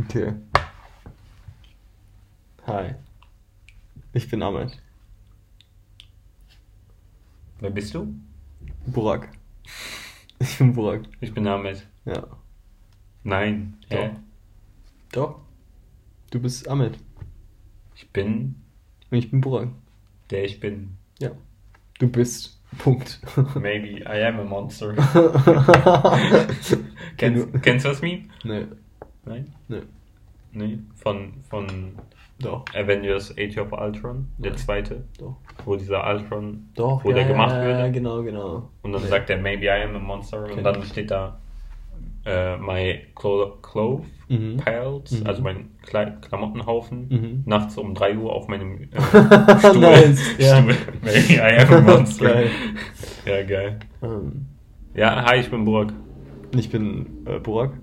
Okay. Hi. Ich bin Ahmed. Wer bist du? Burak. Ich bin Burak. Ich bin Ahmed. Ja. Nein. Hä? Doch. Doch. Du bist Ahmed. Ich bin Und ich bin Burak. der ich bin. Ja. Du bist. Punkt. Maybe I am a monster. Genau. kennst, kennst du das Meme? Nee. Nein? Nee. Nee. Von, von Doch. Avengers Age of Ultron, der Nein. zweite, Doch. wo dieser Ultron, Doch. wo der gemacht ja, würde. Ja, genau, genau. Und dann Nee. sagt er, maybe I am a monster. Kenn Und dann ich. steht da, äh, my clo clove Mhm. piles, Mhm. also mein Kle Klamottenhaufen, Mhm. nachts um 3 Uhr auf meinem äh, Stuhl. Nice, ja. Stuhl. Maybe I am a monster. Geil. Ja, geil. Ähm, Ja, hi, ich bin Burak. ich bin äh, Burak.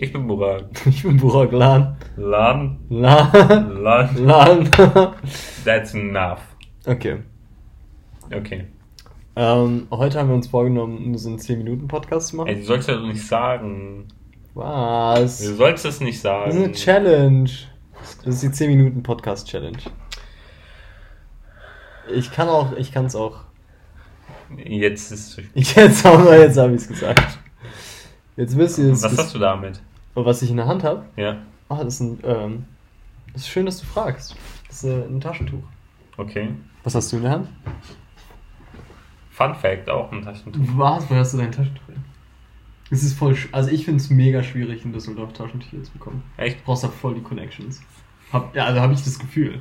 Ich bin Burak. Ich bin Burak Lan. Lan, Lan. lan, Lan. that's enough. okay. Okay. Ähm, heute haben wir uns vorgenommen, nur so einen 10-Minuten-Podcast zu machen. Ey, du sollst das nicht sagen. Was? Du sollst das nicht sagen. Das ist eine Challenge. Das ist die 10 Minuten Podcast Challenge. Ich kann auch, ich kann es auch. Jetzt ist zu spät. Jetzt haben wir, jetzt habe ich es gesagt. Jetzt wisst ihr es. Was hast du damit? Was ich in der Hand habe? Ja, Ah, das ist ein, ähm, das ist schön, dass du fragst. Das ist äh, ein Taschentuch. okay. Was hast du in der Hand? Fun Fact, auch ein Taschentuch. Was? Wo hast du dein Taschentuch? Es ist voll, sch- also ich finde es mega schwierig, in Düsseldorf Taschentücher zu bekommen. Echt? brauchst da voll die Connections. Hab, ja, also habe ich das Gefühl.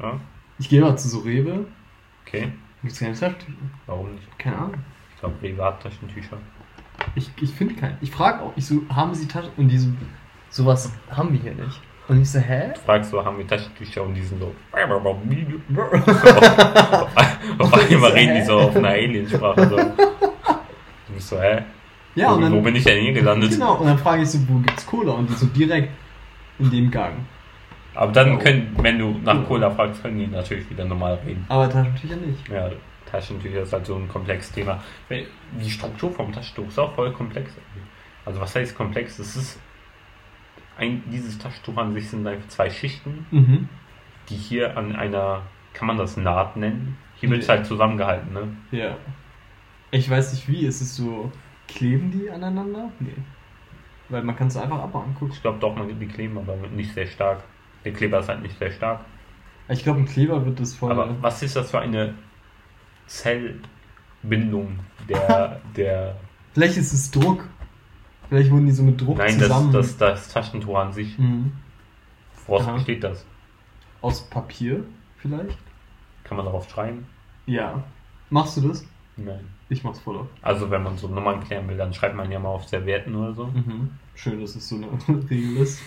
Ja, Ich gehe mal zu so Rewe, okay. gibt's keine Taschentücher. Warum nicht? Keine Ahnung. Ich glaube, Privattaschentücher. Ich, ich finde keinen. Ich frage auch, ich so, haben sie Taschen? Und die so, sowas haben wir hier nicht. Und ich so, hä? Fragst du, haben wir Taschentücher und die sind so. Auf So, einmal reden hä? die so auf einer Aliensprache. So. Du bist so, hä? Ja, wo, und dann, wo bin ich denn hier gelandet? genau, und dann frage ich so, wo gibt's Cola? Und die so direkt in dem Gang. Aber dann Genau. können, wenn du nach Cola fragst, können die natürlich wieder normal reden. Aber Taschentücher nicht. Ja, Taschentücher ist halt so ein komplexes Thema. Die Struktur vom Taschentuch ist auch voll komplex. Also was heißt komplex? Es ist ein, dieses Taschentuch an sich sind einfach zwei Schichten, Mhm. die hier an einer, kann man das Naht nennen? Hier Nee. wird es halt zusammengehalten, ne? Ja. Ich weiß nicht wie, ist es so, kleben die aneinander? Nee. Weil man kann es einfach abmachen, guck. Ich glaube doch, man die kleben, aber nicht sehr stark. Der Kleber ist halt nicht sehr stark. Ich glaube, ein Kleber wird das voll. Aber was ist das für eine Zellbindung der, der Vielleicht ist es Druck. Vielleicht wurden die so mit Druck Nein, das, zusammen. das, das Taschentuch an sich. Mhm. Woraus Aha. besteht das? Aus Papier vielleicht? Kann man darauf schreiben? Ja. Machst du das? Nein. Ich mach's voll auf. Also wenn man so Nummern klären will, dann schreibt man ja mal auf Servietten oder so. Mhm. Schön, dass es so eine Regel ist.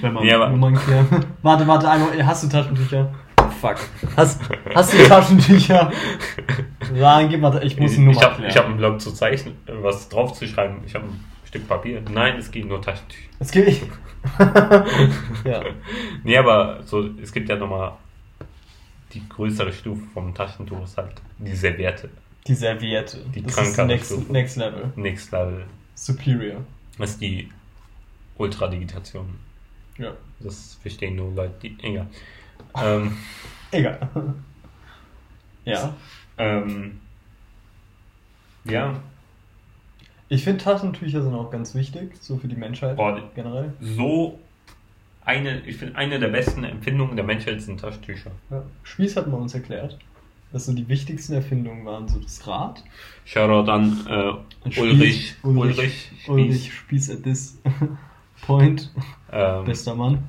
Wenn man Nee, aber- Nummern klärt. Warte, warte, einmal. Ey, Hast du Taschentücher? Fuck. Hast, hast du Taschentücher? Nein, gib mal. Ich muss Ich, eine Nummer ich habe klären. hab einen Blog zu zeichnen, äh, was drauf zu schreiben. Ich habe ein Stück Papier. Nein, es geht nur Taschentücher. Es geht nicht. ja. Nee, aber so, es gibt ja nochmal die größere Stufe vom Taschentuch ist halt die Serviette. Die Serviette. Die das ist krankere next, Stufe. next Level. Next Level. Superior. Das ist die Ultradigitation. Ja. Das verstehen nur Leute, die. Egal. Ähm, Egal. Ja. ähm, ja, Ich finde Taschentücher sind auch ganz wichtig, so für die Menschheit Boah. generell. so eine, ich finde, eine der besten Empfindungen der Menschheit sind Taschentücher. Ja. Spieß hat man uns erklärt, dass so die wichtigsten Erfindungen waren so das Rad. Shoutout an Und äh, Spieß- Ulrich, Ulrich, Ulrich, Spieß. Ulrich Spieß at this point. Ähm, Bester Mann.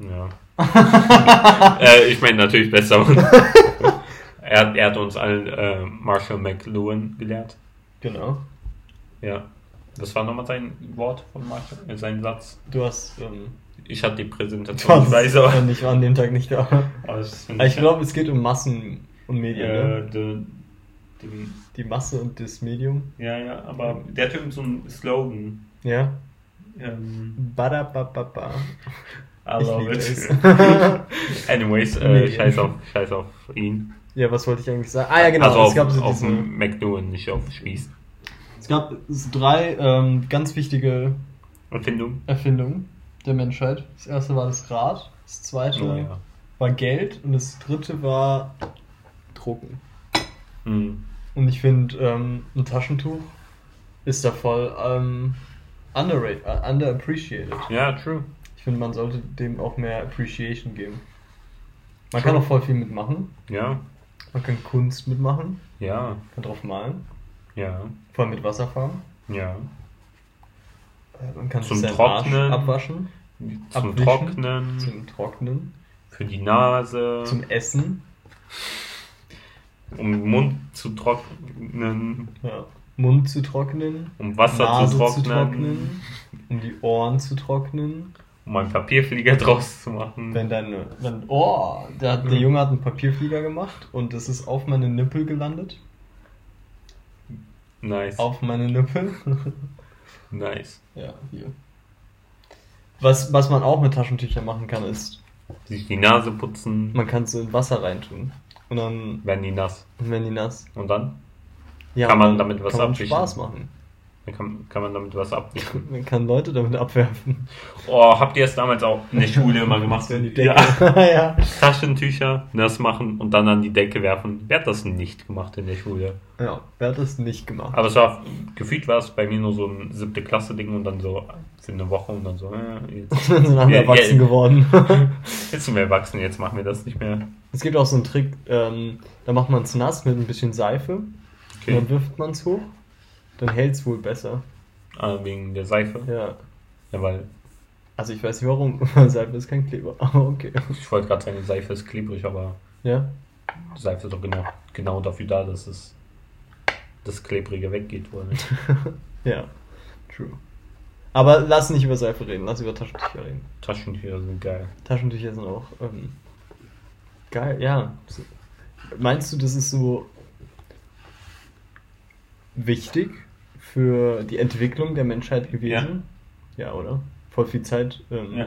ja. äh, ich meine natürlich besser. er, hat- er hat uns allen äh, Marshall McLuhan gelehrt. Genau. Ja. Das war nochmal sein Wort von Marshall, äh, sein Satz. Du hast, ähm, Ich hatte die du Präsentation, ich warst weiß äh, aber. nicht an dem Tag nicht da. aber das find Aber ich glaube, es geht um Massen und Medien. äh, Ne? de, dem, Die Masse und das Medium. ja, ja, aber der hat irgend so einen Slogan. Ja. Ähm, Badabababa. I Ich love liebe it. es. Anyways, äh, Medien. scheiß, auf, scheiß auf ihn. Ja, was wollte ich eigentlich sagen? Ah ja, genau. also auf, es gab so auf diese, McDoan, nicht auf Spieß. Es gab s- drei ähm, ganz wichtige Erfindung. Erfindung der Menschheit. Das erste war das Rad, das zweite Oh, ja. war Geld und das dritte war Drucken. Hm. Und ich finde, ähm, ein Taschentuch ist da voll ähm, underrated, äh, underappreciated. Ja, true. Ich finde, man sollte dem auch mehr Appreciation geben. Man Sure. kann auch voll viel mitmachen. Ja, Man kann Kunst mitmachen, ja, kann drauf malen, ja, vor allem mit Wasser fahren. ja. Äh, Man kann Zum seinen Trocknen. Arsch abwaschen, Zum Abwischen. Trocknen, zum Trocknen, für die Nase, zum Essen, um den Mund zu trocknen, ja. Mund zu trocknen, um Wasser Nase zu, trocknen, um die Ohren zu trocknen. um einen Papierflieger draus zu machen. Wenn deine, wenn, oh, der, hat- der Mhm. Junge hat einen Papierflieger gemacht und es ist auf meine Nippel gelandet. nice, Auf meine Nippel. nice. ja, hier. Was, was man auch mit Taschentüchern machen kann, ist, Sich die Nase putzen, man kann es in Wasser reintun. Und dann werden die nass. werden die nass. Und dann? Ja, Kann man und dann damit was kann man abwischen? Spaß machen. Dann kann, kann man damit was abwischen. Man kann Leute damit abwerfen. Oh, habt ihr es damals auch in der Schule immer gemacht? So in die Decke. ja. ja. Taschentücher, nass machen und dann an die Decke werfen. Wer hat das nicht gemacht in der Schule? Ja, wer hat das nicht gemacht? Aber es war, gefühlt war es bei mir nur so ein siebte Klasse-Ding und dann so für eine Woche und dann so, äh, jetzt, Dann sind alle Ja, erwachsen ja. geworden. jetzt sind wir erwachsen, jetzt machen wir das nicht mehr. es gibt auch so einen Trick, ähm, da macht man es nass mit ein bisschen Seife. Und Okay. dann wirft man es hoch. Dann hält es wohl besser. Ah, wegen der Seife. Ja. Ja. weil Also ich weiß nicht warum, weil Seife ist kein Kleber. Aber okay. ich wollte gerade sagen, Seife ist klebrig, aber Ja. Seife ist doch genau, genau dafür da, dass es das Klebrige weggeht. Oder nicht? Ja. True. Aber lass nicht über Seife reden, lass über Taschentücher reden. Taschentücher sind geil. Taschentücher sind auch ähm, geil, ja. So. Meinst du, das ist so wichtig für die Entwicklung der Menschheit gewesen? Ja, oder? Voll viel Zeit ähm,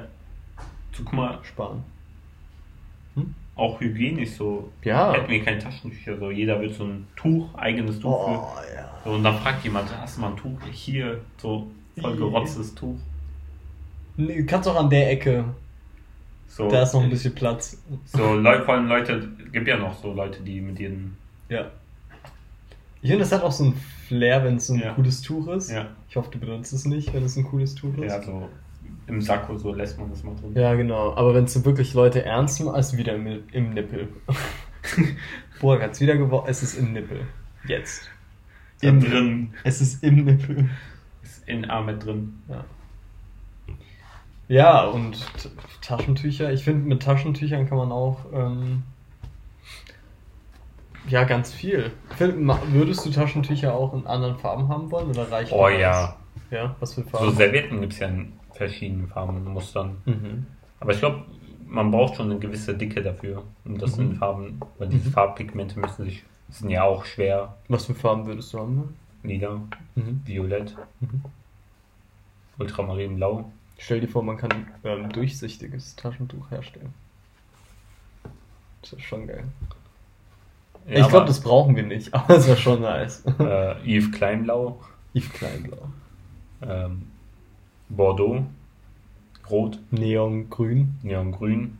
So, guck mal, sparen. auch hygienisch so. Ja. Hätten wir kein Taschentücher, so jeder will so ein Tuch, eigenes Tuch Oh. für. ja. So, und dann fragt jemand, hast du mal ein Tuch? Hier, so voll gerotztes Tuch. Nee, kannst auch an der Ecke. So, Da ist noch ein bisschen Platz. So, Leute, vor allem Leute, gibt ja noch so Leute, die mit ihren. Ja. Ich finde, das hat auch so ein Flair, wenn es so ein Ja. cooles Tuch ist. Ja. Ich hoffe, du benutzt es nicht, wenn es ein cooles Tuch ist. Ja, so im Sakko, so lässt man das mal drin. Ja, genau. Aber wenn es wirklich Leute ernst nehmen, ist wieder im, im Nippel. Burg hat's wieder geworfen. Es ist im Nippel. Jetzt. Da Im- drin Es ist im Nippel. ist in Arbeit drin. Ja. Ja, und T- Taschentücher. Ich finde, mit Taschentüchern kann man auch. Ähm, ja, ganz viel. Find, ma- würdest du Taschentücher auch in anderen Farben haben wollen oder reicht Oh nur ja. eins? Ja, was für So Farben? Servietten gibt es ja in verschiedenen Farben und Mustern. mhm. Aber ich glaube, man braucht schon eine gewisse Dicke dafür, um das Mhm. in Farben, weil diese Mhm. Farbpigmente müssen sich, sind ja auch schwer. Was für Farben würdest du haben? Lila, Mhm. Violett, Mhm. Ultramarinblau. Stell dir vor, man kann ähm, durchsichtiges Taschentuch herstellen. Das ist schon geil. Ja, ich glaube, aber, das brauchen wir nicht, aber es war schon nice. Äh, Yves Kleinblau, Yves Kleinblau. ähm, Bordeaux, Rot, Neongrün. Neongrün,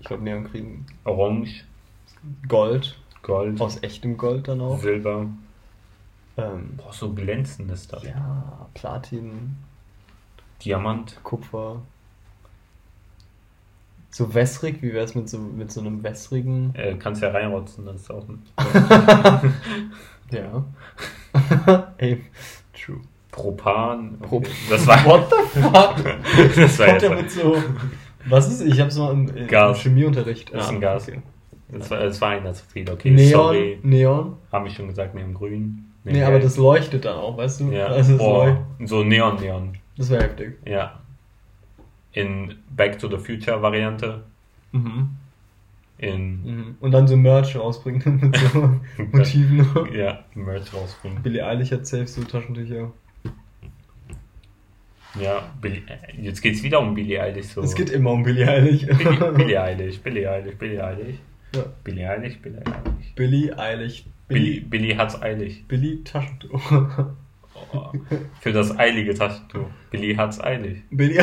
Ich glaube, Neongrün. Orange, Gold. Gold, Aus echtem Gold dann auch. Silber. Ähm, Boah, so glänzendes da. ja, Platin, Diamant. Kupfer. So wässrig, wie wäre es mit so, mit so einem wässrigen. Äh, kannst ja reinrotzen, das ist auch ein Ja. Ey, true. Propan. Okay, Prop- Das war, What the fuck? das war Kommt jetzt er mit so. Was ist? Ich hab's mal im, im Gas. Chemieunterricht. Das ist ein Ah, Gas. okay. das war, das war einer zu viel, okay, Neon, sorry. Neon. Haben ich schon gesagt, neben grün. Nee, neben aber gelb. das leuchtet dann auch, weißt du? ja. Also das, leuchtet. Boah, so Neon, Neon. das wäre heftig. Ja. In Back to the Future Variante. Mhm. In, Und dann so Merch rausbringen mit so Motiven. ja, Merch rausbringen. Billy Eilish hat safe so Taschentücher. Ja, Billy, äh, jetzt geht's wieder um Billy Eilish so. Es geht immer um Billy Eilish. Billy, Billy Eilish, Billy Eilish, Billy Eilish. Ja. Billy Eilish, Billy Eilish. Billy Eilish. Billy, Billy, Billy hat's eilig. Billy Taschentuch. Oh, Für das eilige Taschentuch. Billy hat's eilig. Billy,